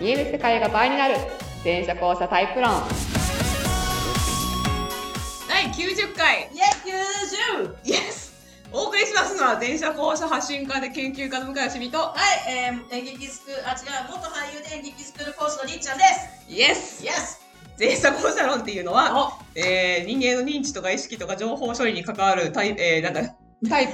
見える世界が倍になる全車交差タイプ論第90回イエイ 90! イエスお送りしますのは電車放射発信家で研究家の向井しみとはい、えー、演劇スクール、あ、違う、元俳優で演劇スクール講師のりっちゃんですイエスイエス電車放射論っていうのは、えー、人間の認知とか意識とか情報処理に関わるタイプ、えー、なんかタイプ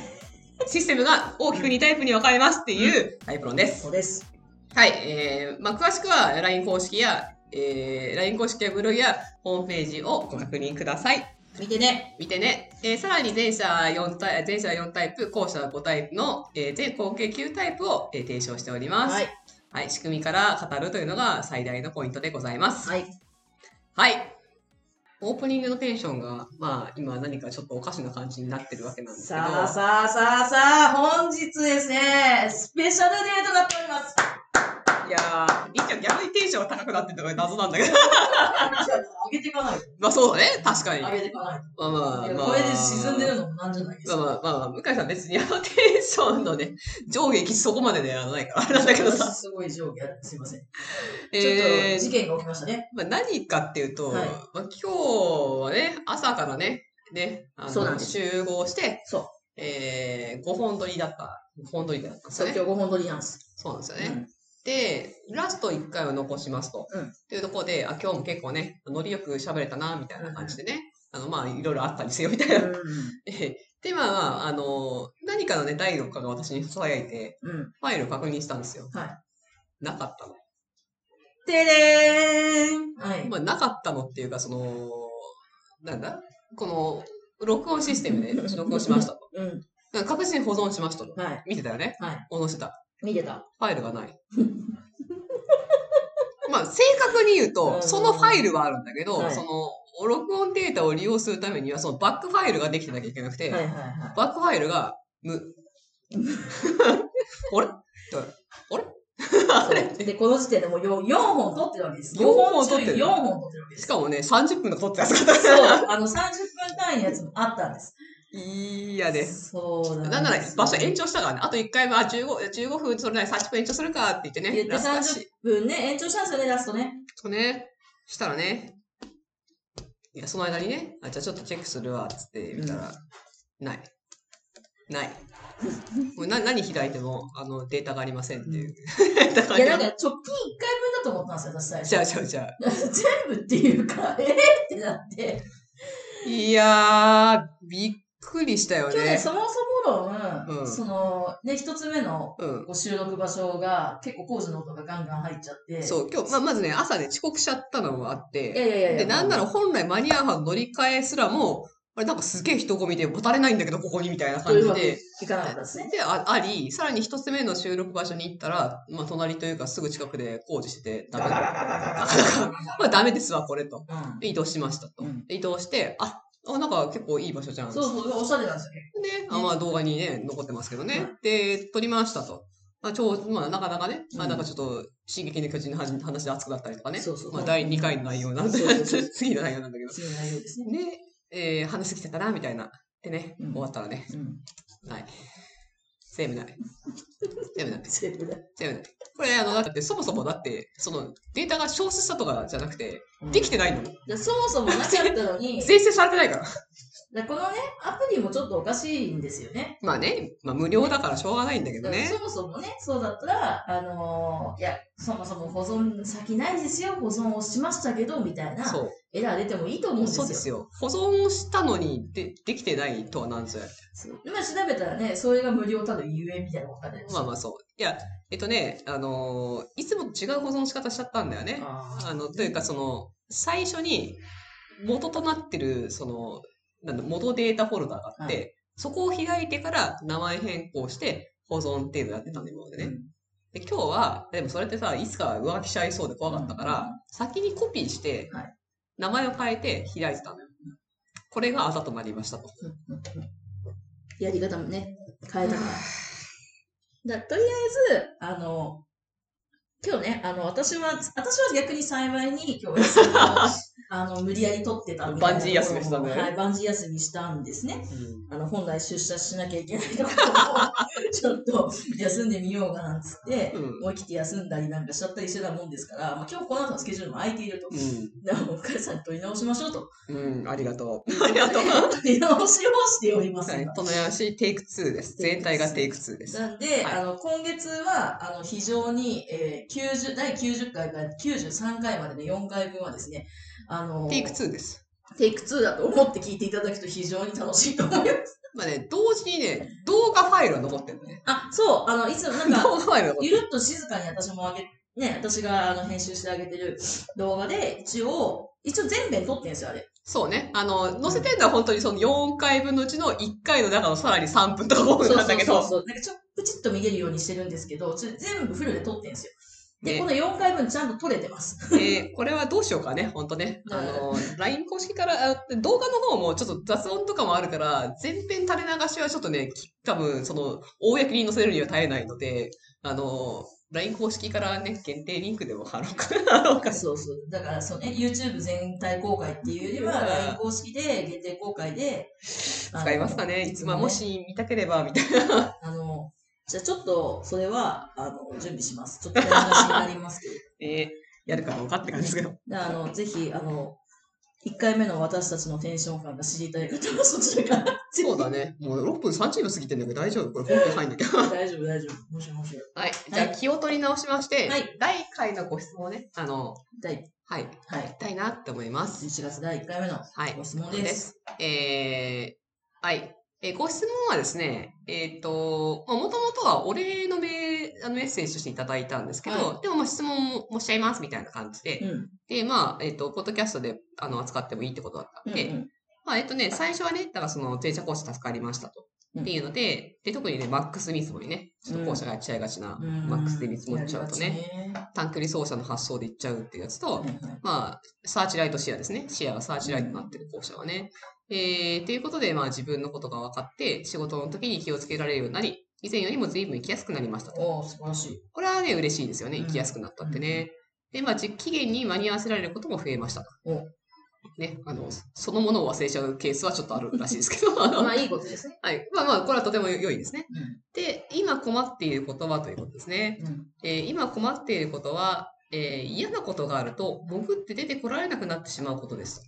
システムが大きく2タイプに分かれますっていうタイプ論です。そうです。はい、えーまあ、詳しくは LINE 公式や、えー、LINE 公式やブログやホームページをご確認ください。見てね。見てね。えーさらに前者4タイプ、前者4タイプ、後者5タイプの、えー全合計9タイプを、えー提唱しております、は。はいい。仕組みから語るというのが最大のポイントでございます。はい。はい。オープニングのテンションが、まあ、今何かちょっとおかしな感じになってるわけなんですけど、さあさあさあさあ、本日ですね、スペシャルデートがなっております。いやー、りっちゃん逆にテンションが高くなってるのが謎なんだけど、 上げていかないと。まあそうだね、確かに。上げていかないと。まあまあまあ。これで沈んでるのもなんじゃないですまあか。まあまあまあ、向井さん別にあのテンションのね、上下そこまでね、あのないから、あれなんだけどさ。すごい上下あるすいません。ちょっえと事ー、件が起きましたね。まあ、何かっていうと、はいまあ、今日はね、朝からね、ね、あそうなんのです集合して、そうえー、5本撮りだった。5本撮りだったんですそう、よ今日ね。 5本撮りなんです。そうなんですようね。んで、ラスト1回を残しますと。うんというところで、あ、今日も結構ね、ノリよく喋れたな、みたいな感じでね。あの、まあ、いろいろあったりせよ、みたいな。 で、でまあまあ、あの、何かのね、第6課が私に囁いて、うん。うん。ファイルを確認したんですよ。はい。なかったの。てれーんはい。まあ、なかったのっていうか、その、なんだこの、録音システムで録音しましたと。うん。だから確実に保存しましたと。はい。見てたよねはい。保存してた。見てた。ファイルがない。 まあ、正確に言ううと、んそのファイルはあるんだけど、はいその、録音データを利用するためには、そのバックファイルができてなきゃいけなくて、はいはいはバックファイルが無。 あれあれ あれい。 そうで、この時点でもうよ4本撮ってるわけです。四本撮ってる4本撮ってるわけでしす。かもね、30分の撮ってたやつが そう、あの30分単位のやつもあったんです。いやで。そうなんですなんなら場所延長したからね。あと1回は15、15分、それなり30分延長するかって言ってね。言ってラストだ30し。分ね、延長したんですよね、ラストね。そうね。したらね。いや、その間にね、あ、じゃあちょっとチェックするわ、つって見たら、ない。ない。もうな何開いても、あの、データがありませんっていう。 だかいや、ならんか直近1回分だと思ったんですよ、私最じゃあ初。じゃあじゃ 全部っていうか、 えーってなって。あ。いやー、びっくりしたよ去年ね。そもそも論、うんその、ね、一つ目のうん。こう収録場所が結構工事の音がガンガン入っちゃって。そう、今日、まあ、まずね、朝ね、遅刻しちゃったのもあって。いやいやいやいや。で、なんなら本来間に合うはず乗り換えすらも、あれなんかすげえ人混みで、もたれないんだけど、ここにみたいなそう感いうじわけで。いかなかったですね。で、ああり、さらに一つ目の収録場所に行ったら、まあ、隣というかすぐ近くで工事してて、ダメだ。まあ、ダメですわ、これと。うんで移動しましたと。うんで移動して、あ、あなんか結構いい場所じゃん。そうそう、おしゃれなんですよ。ね、あまあ動画にね、残ってますけどね。で、撮りましたと。まあ、超、まあ、なかなかね、まあ、なんかちょっと、進撃の巨人の話話で熱くなったりとかね。そうそうまあ、第2回の内容なんでそうそうそう、 次の内容なんだけど。次の内容ですね。ね、えー、話してきたかなみたいな。でね、うん終わったらね、うん。はい。セーブない。セーブない。セーフだ。セーブない。これ、あの、だって、そもそもだって、その、データが消失したとかじゃなくて、できてないの。でそもそもなかったの に、生成されてないから。でこのね、アプリもちょっとおかしいんですよね。まあね、まあ、無料だからしょうがないんだけどだからねそ。もそもね、そうだったら、あのーいや、そもそも保存先ないですよ、保存をしましたけど、みたいな、そエラー出てもいいと思うんう。ですそよ。うですよ。保存したのにで、できてないとはなんぞや。そう今調べたらね、それが無料たるゆえんみたいなことが出てきまたあまあそう。いや、えっとね、あのーいつもと違う保存の仕方しちゃったんだよね。ああの、というか、その、最初に、元となってる、その、なんだ、元データフォルダがあって、はそこを開いてから名前変更して保存っていうのやってたんで、今までーね。で、今日は、でもそれってさ、いつか浮気しちゃいそうで怖かったから、う先にコピーしてはい、名前を変えて開いてたのよ。これがあざとなりましたと。うんうんうんやり方もね、変えたから。だとりあえず、あの、今日ね、あの、私は、私は逆に幸いに今日休みをあの、 無理やり取ってたみたいなバンジー休みしたねはい、バンジー休みしたんですね。うんあの、本来出社しなきゃいけないと ころを、ちょっと休んでみようかなんつって、うん思い切って休んだりなんかしちゃったりしてたもんですから、まあ、今日この後のスケジュールも空いていると。でも、お母さんに取り直しましょうと。うん、うん、ありがとう。あ りがとう。取り直しをしております。はい今、隣の足、テイク2です。全体がテイク2です。なんで、はいあの今月はあの非常に、えー、90第90回から93回までの4回分はですねあのテイク2です。テイク2だと思って聞いていただくと非常に楽しいと思います。まあね、同時にね、動画ファイルは残ってるのね。 あそうあのいつもなん か動画ファイルは残ってゆるっと静かに私もあげね私があの編集してあげてる動画で一応一応全編撮ってんですよあれ。そうね。あの、載せてるのは本当にその4回分のうちの1回の中のさらに3分とか5そう分そなうんだけそうど、そうなんかちょプチッと見れるようにしてるんですけどそれ全部フルで撮ってんですよ。で、ねこの4回分ちゃんと撮れてます。えーこれはどうしようかね、本当ね。あの、LINE 公式から、あ動画の方もちょっと雑音とかもあるから、全編垂れ流しはちょっとね、き多分その、公に載せるには耐えないので、あの、LINE 公式からね、限定リンクでも貼ろうか貼ろうか。そうそう。だから、そうね、YouTube 全体公開っていうよりは、うん LINE 公式で、限定公開で、使いますかね。いつまあ、も。し見たければ、みたいな。あの、じゃあちょっと、それは、あの、準備します。ちょっとお話になりますけど。 えーやるかどうかって感じですけど。であの、ぜひ、あの、1回目の私たちのテンション感が知りたい方は、そちら から。そうだね。もう6分30秒過ぎてんだけど大丈夫これ本編入んだけど。大丈夫、大丈夫。もしもし。 はい。じゃあ気を取り直しまして、はい第1回のご質問をね、あの、第、はい、聞はい。きたいなって思います。 11月第1回目のはい。ご質問です。えー、はい。えーご質問はですね、えっ、と、もともとはお礼のメあのメッセージとしていただいたんですけど、はでもまあ質問もしちゃいますみたいな感じで、うん。で、まあ、えっ、と、ポッドキャストであの扱ってもいいってことだったうんで、まあ、えっとね、最初はね、だからその、停車講師助かりましたと。うんっていうので、で、特にね、マックス見積もりね、ちょっと校舎がやっちゃいがちな、うんマックスで見積もっちゃうとやりね、短距離走者の発想でいっちゃうっていうやつと、がちねはいはいまあ、サーチライトシェアですね。シェアがサーチライトになってる校舎はね。えー、ということで、まあ自分のことが分かって、仕事の時に気をつけられるようになり、以前よりも随分行きやすくなりましたと。おー素晴らしい。これはね、嬉しいですよね。うん行きやすくなったってね。で、まあ、じ期限に間に合わせられることも増えました。おね、あの、そのものを忘れちゃうケースはちょっとあるらしいです けど、あのまあ、いいことですね。 はい。まあまあ、これはとても良いですね。うん。で、今困っていることはということですね。うんえー今困っていることは、えー嫌なことがあると、潜って出てこられなくなってしまうことです。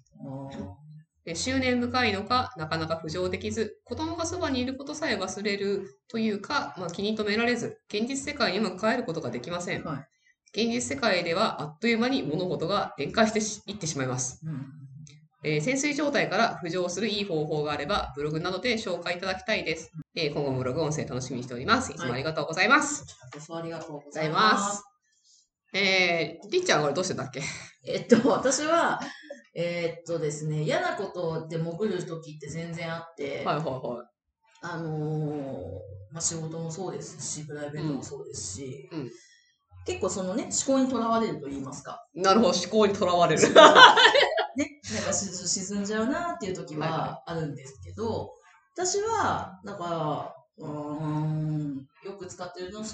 で執念深いのか、なかなか浮上できず、子供がそばにいることさえ忘れるというか、まあ、気に留められず、現実世界にうまく帰ることができません。は現実世界ではあっという間に物事が展開してしいってしまいます。えー潜水状態から浮上するいい方法があれば、ブログなどで紹介いただきたいです。えー今後もブログ音声楽しみにしております。いつもありがとうございます。ご視聴ありがとうごございます。。えー、りっちゃんはこれどうしてたっけえっと、私は、えーっとですね、嫌なことで潜るときって全然あって、はいはいはあのーまあ、仕事もそうですし、プライベートもそうですし、うんうん結構そのね、思考にとらわれると言いますか。い。なるほど、思考にとらわ れる。ね、なんかし沈んじゃうなっていう時はいはあるんですけど、私は、だから、うーん、よく使ってるの、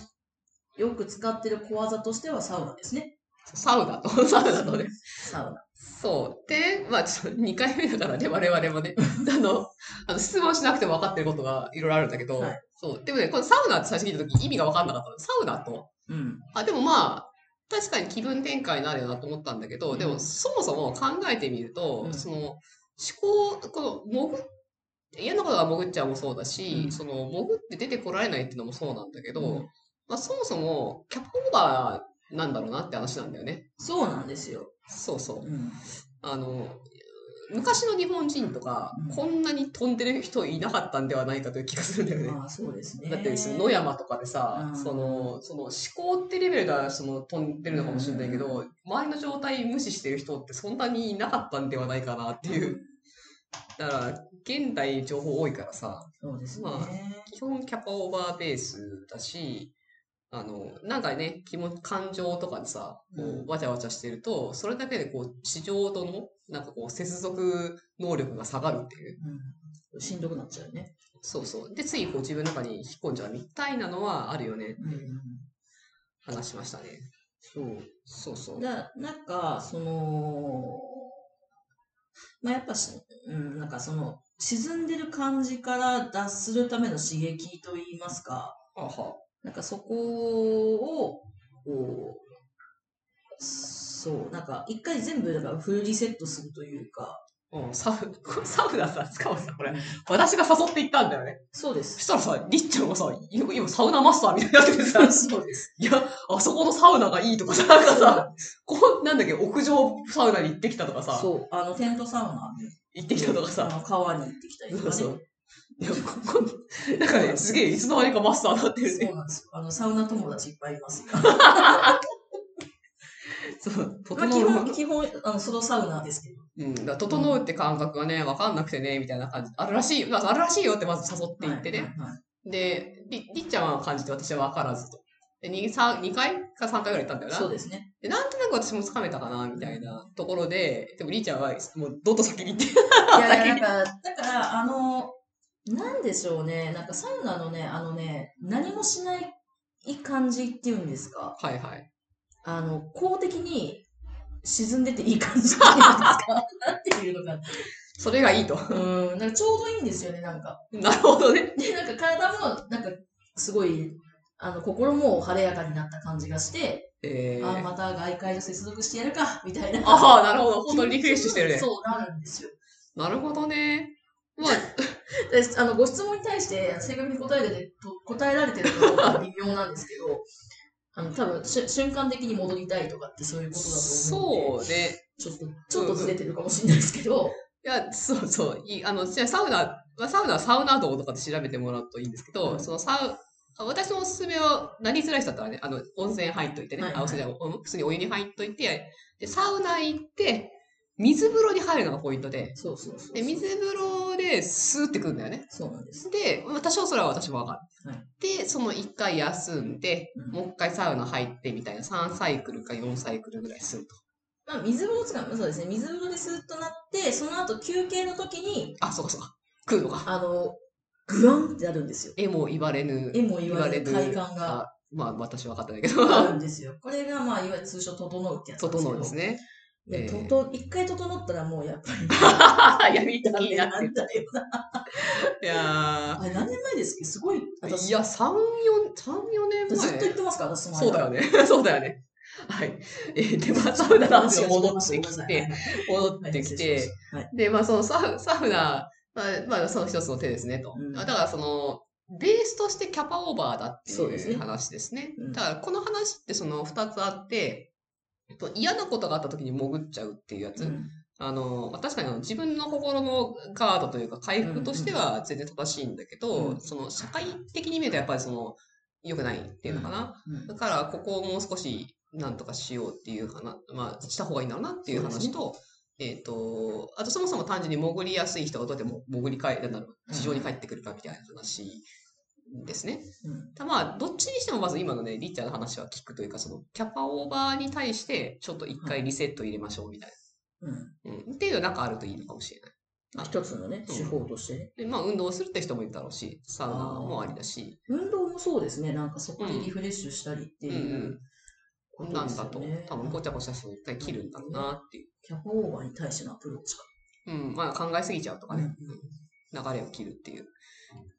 よく使ってる小技としてはサウナです ね。サウナと、サウナとね。サウナ。そう。で、まあ、ちょっと2回目だからね、我々 もね、あの、あの質問しなくても分かってることがいろいろあるんだけど、はいそう。でもね、このサウナって最初聞いた時意味が分かんなかったの。サウナと、うん。あ、でもまあ、確かに気分転換になるよなと思ったんだけど、でうもんそもそも考えてみると、うんその思考、この潜って、嫌なことが潜っちゃうもそうだし、うんその潜って出てこられないっていうのもそうなんだけど、うんまあそもそもキャパオーバーなんだろうなって話なんだよね。そうなんですよ。そうそうう。ん。あの、昔の日本人とか、うんこんなに飛んでる人いなかったんではないかという気がするんだよね。まあそうですね。だってその野山とかでさ、うんそのその思考ってレベルがその飛んでるのかもしれないけど、う周りの状態無視してる人ってそんなにいなかったんではないかなっていう、だから現代情報多いからさそうですね。ま基本キャパオーバーベースだしあのなんかね気持ち感情とかでさこうんうわちゃわちゃしてるとそれだけでこう地上とのなんかこう接続能力が下がるっていううん、しんどくなっちゃうね。そうそうでついこう自分の中に引っ込んじゃうみたいなのはあるよねうん話しましたね。そう。そうそう。だなんか、その、まあ、やっぱし、うん、なんかその、沈んでる感じから脱するための刺激といいますか、あは。なんかそこを、こう、そう、なんか一回全部だからフルリセットするというか、うん、サフ、これサフださ、しかもさ、これ、私が誘って行ったんだよね。そうでそす。したらさ、りっちゃんがさ、今今サウナマスターみたいになってて さ、そうです。いや、あそこのサウナがいいとかさ、なんかさ、こう、なんだっけ、屋上サウナに行ってきたとかさ、そう、あの、テントサウナ、行ってきたとかあさ、の川に行ってきたりとかそうね。そう。いや、ここ、なんかね、すげえ、いつの間にかマスターになってるそね。うなんですよ。あの、サウナ友達いっぱいいます。そう、まあ、整基う本、。基本、あの、ソロサウナですけど。うん、だから整うって感覚がね、わかんなくてね、みたいな感じ。あるらしい、まあ、あるらしいよってまず誘って行ってね。はいはいはいで、りりっちゃんは感じて私は分からずと。で、2、三二回か3回ぐらい行ったんだよな。そうですね。で、なんとなく私もつかめたかな、みたいなところで、でもりっちゃんはもうどっと先に行って。 いや、なんか、だから、あの、なんでしょうね。なんか、サウナのね、あのね、何もしない感じっていうんですか。はいはい。あの、公的に沈んでていい感じっていうんですか。 なんていうのかな。それがいいと。 うん、なんかちょうどいいんですよね、なんか。なるほどね。で、なんか体も、なんか、すごい、あの、心も晴れやかになった感じがして、えー、あまた外界と接続してやるかみたいな。ああ、なるほど。本当にリフレッシュしてるね。そうなるんですよ。なるほどね。まあ、であのご質問に対して正確に答えられてと答えられてるのは微妙なんですけど、あの多分し瞬間的に戻りたいとかってそういうことだと思うんで、そうね。ちょっとちょっとずれてるかもしれないですけど、いや、そうそう。いいあの、じゃあサウナ、まあサウナ、サウナ道とかで調べてもらうといいんですけど、うんそのサウ、あ私のおすすめは、なりづらい人だったらね、あの、温泉入っといてね、はいはいあ、おじゃないお普通にお湯に入っといて、で、サウナ行って、水風呂に入るのがポイントで、そうそうそうで、水風呂でスーってくるんだよね。そうなんです。で、まあ多少それは私もわかる。はで、その一回休んで、うんもう一回サウナ入ってみたいな、3サイクルか4サイクルぐらいすると。まあ水風呂つかそうですね。水風呂でスーッとなって、その後休憩の時にあ、そうかそうか。食うのか。あのグワンってなるんですよ。えも言われぬ。えも言われる言われ体る感が。あまあ、私は分かったんだあけど、るんですよ。これが、まあ、いわゆる通称、整うってやつなん整うんですね。ね。でえーとと一回整ったらもうやっぱり、やりたいなっなてん。 だよな。いやあれ何年前ですっけすごい、ー私、いや、3、4、3、4ずっと年言っ前。てますから、私その間そうだよね。 そうだよね。はい。えーで、まあ、サウナの話が戻ってきて、、戻ってきて、、はい、で、まあ、そのサウサウナ、まあ、まあ、その一つの手ですね、と。うんだから、その、ベースとしてキャパオーバーだってそうですいねう話ですね。うんだから、この話ってその2つあって、と嫌なことがあった時に潜っちゃうっていうやつ。うんあの、まあ確かにあの自分の心のガードというか回復としては全然正しいんだけど、うんその社会的に見るとやっぱりその良くないっていうのかな。うんだからここをもう少しなんとかしようっていうかな、まあした方がいいんだろうなっていう話と、えっ、と、あとそもそも単純に潜りやすい人がどうやっても潜りかえ、なんだろう、地上に帰ってくるかみたいな話ですね。うんただまあ、どっちにしてもまず今のね、リッチャーの話は聞くというか、そのキャパオーバーに対してちょっと一回リセット入れましょうみたいな。うんうん、っていうのなんかあるといいのかもしれない。まあ一つのね、手法としてね。で、まあ、運動するって人もいるだろうし、サウナもありだし、運動もそうですね、なんかそこでリフレッシュしたりってうんいううこん。なとでんすだよとね。、多分ごちゃごちゃして一回切るんだろうなっていう。キャパオーバーに対してのアプローチか。うん、まあ、考えすぎちゃうとかね、うん流れを切るっていう。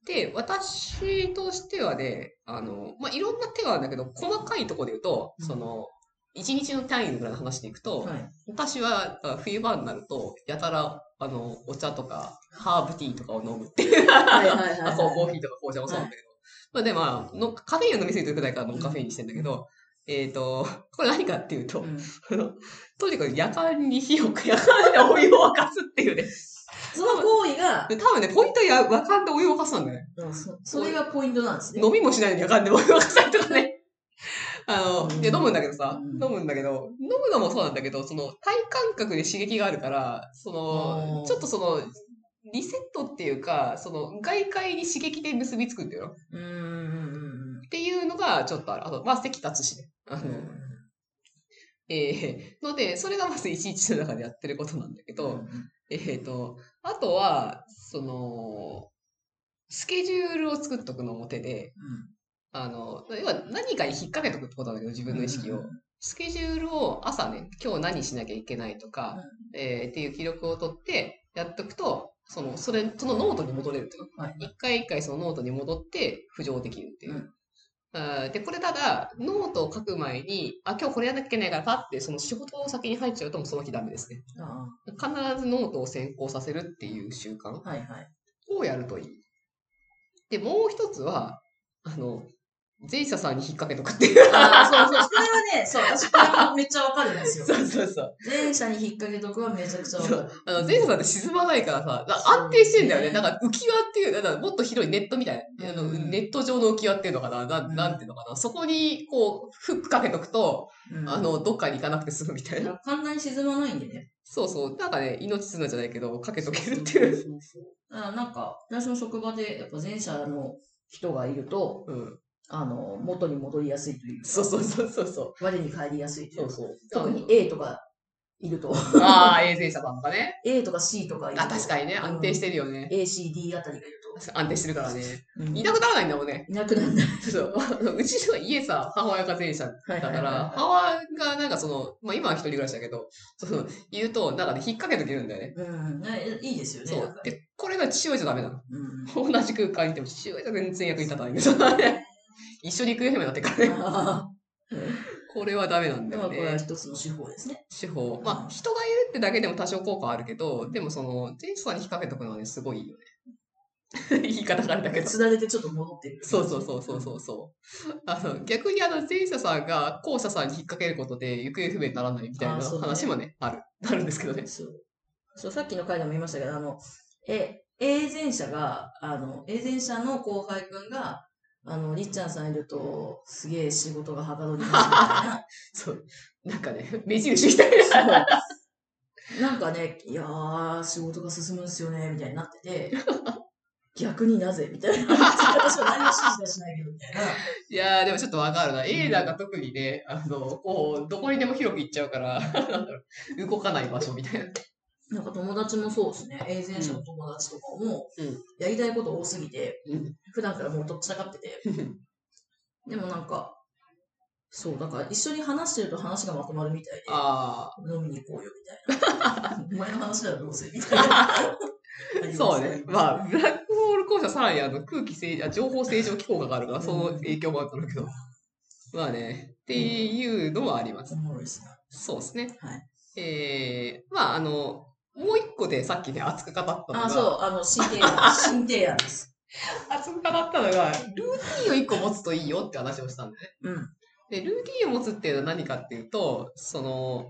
で、私としてはね、あの、まあ、いろんな手があるんだけど、細かいところで言うと、うんその、一日の単位ぐらいの話でいくと、はい。私はあ冬場になると、やたら、あの、お茶とか、ハーブティーとかを飲むっていう。はいはいはいはい あそうコーヒーとか紅茶もそうなんだけど。まあで、まあの、カフェインを飲みすぎてるくないからノンカフェインにしてんだけど、えっ、と、 これ何かっていうと、 うんあのとにかく夜間に火を、夜間でお湯を沸かすっていうね。その行為が、で多分ね、ポイントはや夜間でお湯を沸かすなんだよね。うんそそれがポイントなんですね。飲みもしないのに夜間でお湯を沸かしたりと かね。あの、で、飲むんだけどさ、うん飲むんだけど、飲むのもそうなんだけど、その体感覚で刺激があるから、そあーの、ちょっとその、リセットっていうか、その、外界に刺激で結びつくんだよ。うんうんうんっていうのがちょっとある。あと、まあ、席立つしね。あうの、ん。えーので、それがまず一日の中でやってることなんだけど、うんえっ、と、あとは、その、スケジュールを作っとくのも手で、あの、要は何かに引っ掛けとくってことなんだけど、自分の意識を。スケジュールを朝ね、今日何しなきゃいけないとか、えーっていう記録を取ってやっとくと、その、それ、そのノートに戻れるっていう。はい。。一回一回そのノートに戻って浮上できるっていううんあーで、これただ、ノートを書く前に、あ、今日これやんなきゃいけないからパって、その仕事を先に入っちゃうともうその日ダメですね。あ必ずノートを先行させるっていう習慣あ、はいはい。をやるといい。で、もう一つは、あの、ゼイサさんに引っ掛けとくっていう。ああ、そうそう、それは ね、そう、私これもめっちゃわかるんですよ。そうそうそう。前者に引っ掛けとくはめちゃくちゃわかそるう。あの、ゼイサさんって沈まないからさ、なそう安定してんだよね。ねなんか浮き輪っていう、なんかもっと広いネットみたいな、あのうんネット上の浮き輪っていうのかな、なうんんなんていうのかな。そこにこう、フックかけとくと、うんあ、の、どっかに行かなくて済むみたいな。簡単に沈まないんでね。そうそう。なんかね、命綱じゃないけど、かけとけるっていう。そうそうそうだからなんか、私の職場で、やっぱ前者の人がいると、うん。あの、元に戻りやすいというか、そうそうそうそうそう。我に返りやすいとそいううか、そう。特に A とかいると、ああ、衛星車さんとかね。 A とか C とかいると、あ、確かにね、安定してるよね。 A、C、D あたりがいる安定してるからね。と、うんいなくならないんだもんね。いなくなんない。 そう。うちの家さ、母親が前者だはいかはいはいら、母親がなんかその、まあ今は一人暮らしだけど、その、言うと、なんかね、引っ掛けとけるんだよね。うん、ねいいですよね。そなんうか。で、これが父親じゃダメなの。 うん同じ空間にいても父親じゃ全然役に立たないんだよ ね。一緒に行方不明になってからね。あ これはダメなーんだでよもこれはね。一つの手法ですね。手法。まあ、人がいるってだけでも多少効果あるけど、でもその、前者さんに引っ掛けとくのはね、すごいいいよね。 言い方があれだけど。つられてちょっと戻ってる。そうそうそうそうそうそう。あの逆にあの前者さんが後者さんに引っ掛けることで行方不明にならないみたいなあそうね話もね、 ある、あるんですけどね。そう。そう、さっきの回でも言いましたけど、あの、え、A 前者が、あの、A 前者の後輩くんが、あの、りっちゃんさんいると、すげえ仕事がはかどり ますそう。なんかね、目印みたいみたいな。な。そう なんかね、いやー、仕事が進むんすよね、みたいにな ってて、逆になぜみたいな。私は何も指示はしないけど、みたいな。 いやー、でもちょっとわかるな。A なんか特にね、あの、こう、どこにでも広く行っちゃうから、 動かない場所みたいな。なんか友達もそうですね。A 前者の友達とかもうん、やりたいこと多すぎて、うん普段からもうとっちらかってて、でもなんか、そう、だから一緒に話してると話がまとまるみたいで、あ飲みに行こうよみたい な。お前の話だらどうせみたいな。あ、 そうね。まあ、ブラックホール校舎さらにあの空気清、あ情報正常機構があるから、その影響もあったんだけど。まあね、っていうのはありますお。もろいっすね。そうですね。はいえー、まあ、あの、もう一個でさっきね、熱く語ったのが、あ、そう、あの、新 提案、新提案です。熱く語ったのが、ルーティンを一個持つといいよって話をしたんだよね。うん。で、ルーティンを持つっていうのは何かっていうと、その、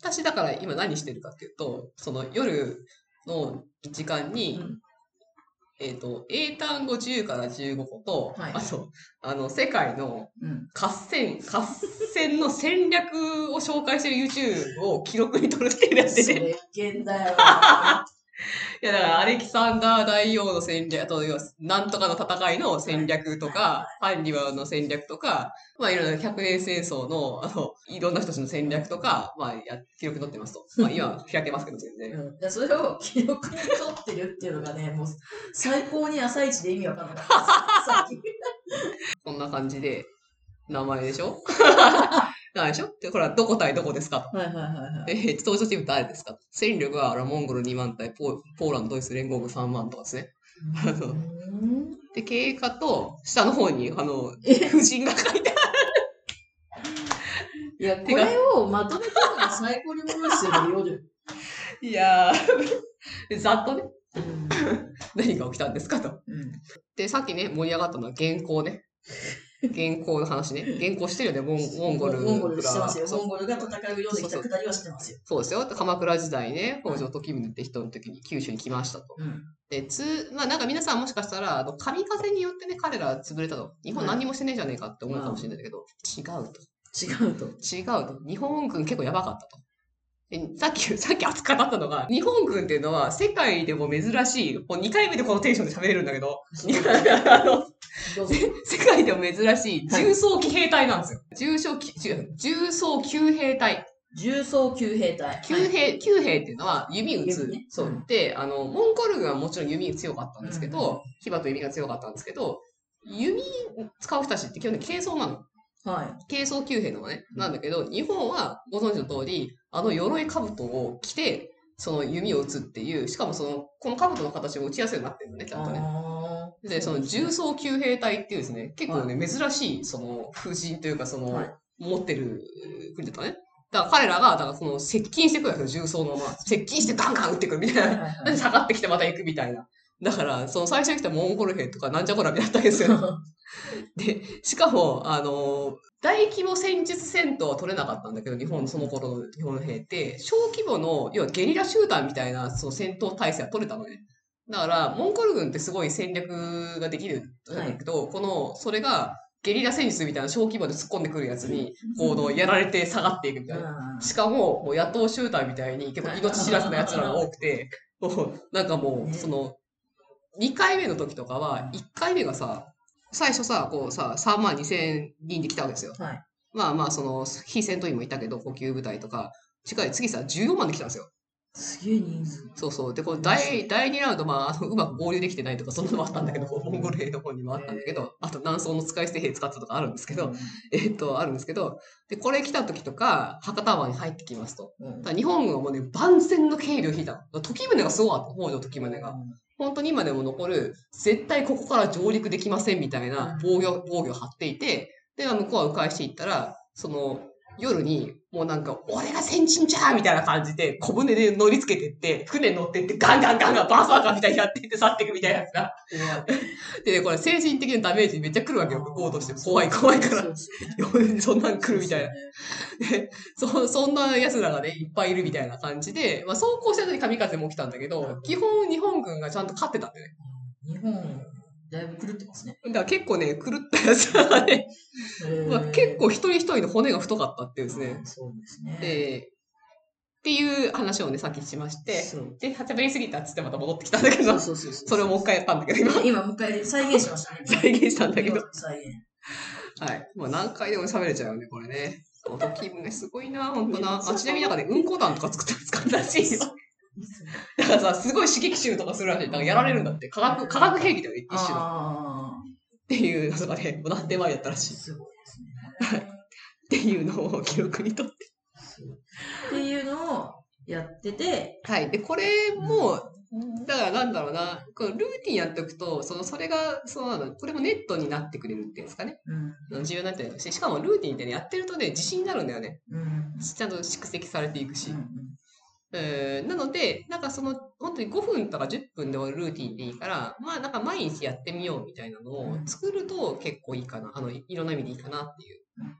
私だから今何してるかっていうと、その夜の時間に、うんえっ、と、英単語10から15個と、はいあと、あの、世界のうん。合戦、合戦の戦略を紹介してる YouTube を記録に取るって いうやつで。それ、いけんだよな。いや、だから、アレキサンダー大王の戦略、あと、要はなんとかの戦いの戦略とか、ハンリバーの戦略とか、まあ、いろいろ百年戦争の、あの、いろんな人たちの戦略とか、まあ、や記録に取ってますと。まあ、今、開けますけど、全 然。うん、でそれを記録に取ってるっていうのがね、もう最高に朝一で意味わかんなかったです。こんな感じで、名前でしょ 名前でしょで、これは、どこ対どこですかと。はいはいはいはい。えー、登場チーム誰ですかと戦力は、あのモンゴル2万対、ポーポーランド、ドイツ、連合軍3万とかですね。あのうんで、経過と、下の方に、あの、え婦人が書いてある。いや、これをまとめたのが最高に面白いよ、夜。いや ー、ざっとね、うん何が起きたんですかと。うんで、さっきね、盛り上がったのは原稿ね。原稿の話ね。原稿してる よね、モンモンゴル。モンゴルしてますよ。そうモンゴルが戦うようできたくだりはしてますよ。そうですよ。鎌倉時代ね、北条時宗って人の時に九州に来ましたと。うん。で、つ、まあなんか皆さんもしかしたら、あの、神風によってね、彼らは潰れたと。日本何もしてねえじゃねえかって思うかもしれないんだけど、違うと。違 うと。違うと。日本軍結構やばかったと。でさっき、 さっき扱ったのが、日本軍っていうのは世界でも珍しい、もう2回目でこのテンションで喋れるんだけど、 あの、どうぞ。 世界でも珍しい重装騎兵隊なんですよ。重装騎、重重装騎兵隊。重装級兵隊。騎兵、騎兵っていうのは弓撃つ。弓ね。そううんで、あの、モンゴル軍はもちろん弓強かったんですけど、騎馬と弓が強かったんですけど、弓使う人たちって基本的に軽装なの。はい。軽装級兵のね、なんだけど、日本はご存知の通り、あの鎧兜を着て、その弓を撃つっていう、しかもその、この兜の形も打ちやすいようになってるのね、ちゃんとね。あーで、その重装級兵隊っていうですね、結構ね、珍しい、その、風神というか、その、はい持ってる国だったね。だから彼らが、だからその、接近してくるわけですよ、重装のまま。接近してガンガン撃ってくるみたいはいな。はいで、下がってきてまた行くみたいな。だから、その最初に来たモンゴル兵とかなんじゃこらみたいなったんですよ。はで、しかも、あの、大規模戦術戦闘は取れなかったんだけど、日本、その頃の日本兵って、小規模の、要はゲリラ集団みたいな、その戦闘体制は取れたのね。だから、モンゴル軍ってすごい戦略ができるんだけど、この、それが、ゲリラ戦術みたいな小規模で突っ込んでくるやつに、行動やられて下がっていくみいたいな。うんしかも、もう野党集団みたいに結構命知らずな奴らが多く て、もうなんかもう、ねその、2回目の時とかは、1回目がさ、最初さ、こうさ、3万2千人で来たわけですよ。はいまあまあ、その、非戦闘員もいたけど、補給部隊とか、近い、次さ、14万で来たんですよ。すげえ人数。そうそう。で、こう、第、第2ラウンド、まああの、うまく合流できてないとか、そんなのもあったんだけど、モンゴル兵の方にもあったんだけど、あと、南宋の使い捨て兵使ったとかあるんですけど、えっと、あるんですけど、で、これ来た時とか、博多湾に入ってきますと。うん、だから日本軍はもうね、万全の警備を引いたの。時宗がすごかった、北条時宗が。本当に今でも残る、絶対ここから上陸できませんみたいな防御、防御を張っていて、で、まあ向こうは迂回していったら、その、夜に、もうなんか、俺が先人じゃーみたいな感じで、小舟で乗り付けてって、船乗ってって、ガンガンガンガン、バーサーカーみたいにやっていって去っていくみたいなやつが。でね、これ精神的なダメージめっちゃ来るわけよ、向こうとして。怖い怖いから。 そんなん来るみたいな。で そそんな奴らがね、いっぱいいるみたいな感じで、まあ、そうこうした時に神風も起きたんだけど、基本日本軍がちゃんと勝ってたんだよね。日本、だいぶ狂ってますね。だから結構ね、狂った奴らがね、まあ、結構で一人一人の骨が太かったっていうですね。そうですね。で、っていう話をね、さっきしまして、そうで、喋りすぎたっつってまた戻ってきたんだけそどう、そうそうそう。それをもう一回やったんだけど、今、今、もう一回再現しましたね。 再現したんだけど見事に再現。はい。もう何回でも喋れちゃうよね、これね。そう、ドキムね、すごいな、ほんとな。あ、ちなみになんかね、うんこ団とか作った使ったらしいよ。だからさ、すごい刺激臭とかするらしい。だからやられるんだって。化学、化学兵器だよね、一種の。っあていうのがね、もう何年前やったらあ、しい。っすごいですね。ていうのを記録にとって。っていうのをやってて、はい。で、これも、だからなんだろうな、このルーティンやっておくと、その、それが、そうなの、これもネットになってくれるっていうんですかね。うん重要になってるし、しかもルーティンってね、やってるとね、自信になるんだよね。うんちゃんと蓄積されていくしう。んえーなので、なんかその、本当に5分とか10分で終わるルーティンでいいから、まあなんか毎日やってみようみたいなのをうん作ると結構いいかな。あの、いいろんな意味でいいかなっていううん。は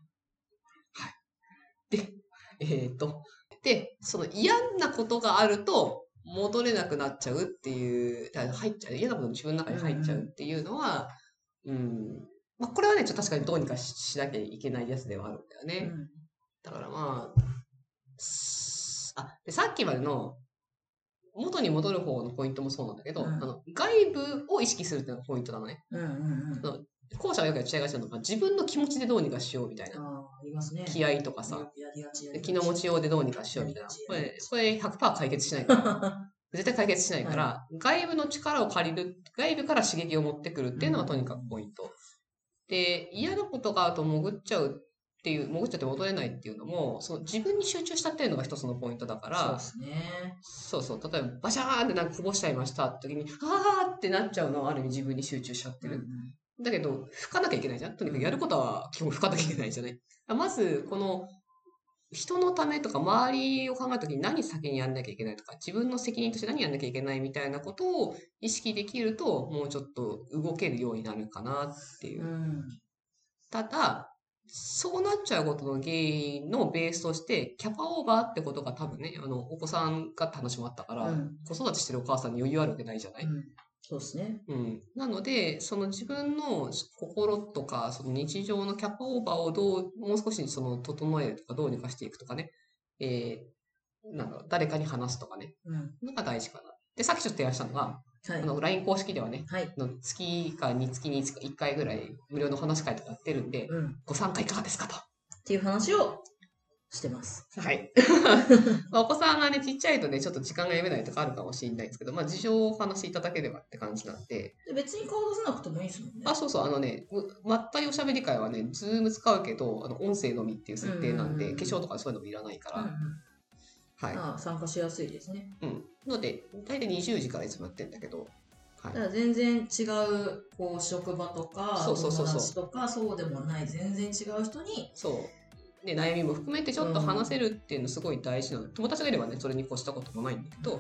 い。で、えーっと、で、その嫌なことがあると戻れなくなっちゃうっていう、だから入っちゃう、嫌なことが自分の中に入っちゃうっていうのは、うん、まあこれはね、ちょっと確かにどうにかししなきゃいけないやつではあるんだよね。うんだからまあ、すあ、で、さっきまでの、元に戻る方のポイントもそうなんだけど、うんあの外部を意識するっていうのがポイントなのね。うんうんうん。後者はよくやっちゃいがちなのが、自分の気持ちでどうにかしようみたいな。あーありますね。気合とかよさ、くやりがちやりでがち気の持 ちようでどうにかしようみたいな。これ、これ100%解決しないから。絶対解決しないから、外部の力を借りる、外部から刺激を持ってくるっていうのがとにかくポイント。で、嫌なことがあると潜っちゃうっていう、潜っちゃって戻れないっていうのも、その自分に集中したっていうのが一つのポイントだから、そうですね。そうそう例えばバシャーンってなんかこぼしちゃいましたって時に、あーってなっちゃうのはある意味自分に集中しちゃってる。だけど、吹かなきゃいけないじゃん。とにかくやることは基本吹かなきゃいけないじゃない。まず、この、人のためとか周りを考えるときに何先にやんなきゃいけないとか、自分の責任として何やんなきゃいけないみたいなことを意識できると、もうちょっと動けるようになるかなっていうう。ん。ただ、そうなっちゃうことの原因のベースとして、キャパオーバーってことが多分ね、あの、お子さんがって話もあったかうら、ん。子育てしてるお母さんに余裕あるわけないじゃないうんそうですね。うん、なので、その自分の心とか、その日常のキャパオーバーをどう、もう少しその整えるとか、どうにかしていくとかね、えー、なんだろう、誰かに話すとかね、うん。なんか大事かな。で、さっきちょっと提案したのが、はいあ。の、LINE 公式ではね、はい。あの月か2月に1回ぐらい無料の話会とかやってるんで、うん。っご参加いかがですかと。ていう話をしてます。はい。 まあお子さんがね、ちっちゃいとね、ちょっと時間が読めないとかあるかもしれないですけど、まあ、事情をお話しいただければって感じなんで、で別に顔出さなくてもいいですもんね。あ、そうそう、あのね、まったりおしゃべり会はね、ズーム使うけど、あの音声のみっていう設定なんうんうんで、うん化粧とかそういうのもいらないかうんうんら、はい。ああ参加しやすいですね。うん。ので、大体20時からいつもやってんだけど、だはいか。ら全然違うこう職場とかそうそうそうそう友達とかそうでもない全然違う人にそう。ね、悩みも含めてちょっと話せるっていうのすごい大事なの、友達がいればね、それに越したこともないんだけど、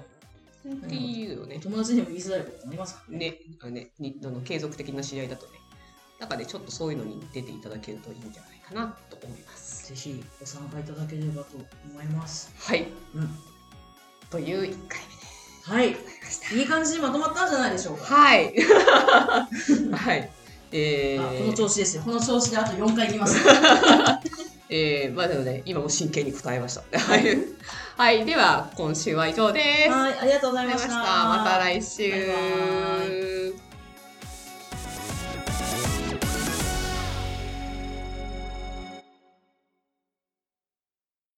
っていうよね。友達にも言いづらいこともありますからね。ね、あのね、にあの継続的な試合だとね、なんかね、ちょっとそういうのに出ていただけるといいんじゃないかなと思います。ぜひご参加いただければと思います。はい、うん、という1回はい目でございました。いい感じにまとまったんじゃないでしょうか。 はい。はい。えあこのー、調子ですよ。この調子であと4回いき ます。えー、まあでもね、今も真剣に答えました。はい。はい、では、今週は以上です。はい、ありがとうございまありがとうございまし。したた。また来バ週。イバ